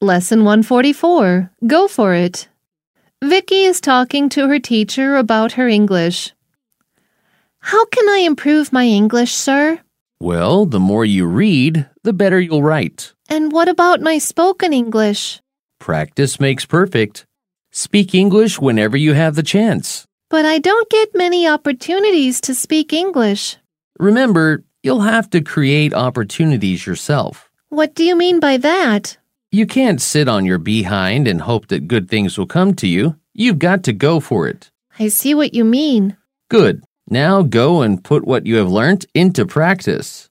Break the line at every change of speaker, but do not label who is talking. Lesson 144 Go for it. Vicky is talking to her teacher about her English. How can I improve my English, sir?
Well, the more you read, the better you'll write.
And what about my spoken English?
Practice makes perfect. Speak English whenever you have the chance.
But I don't get many opportunities to speak English.
Remember, you'll have to create opportunities yourself.
What do you mean by that?
You can't sit on your behind and hope that good things will come to you. You've got to go for it.
I see what you mean.
Good. Now go and put what you have learnt into practice.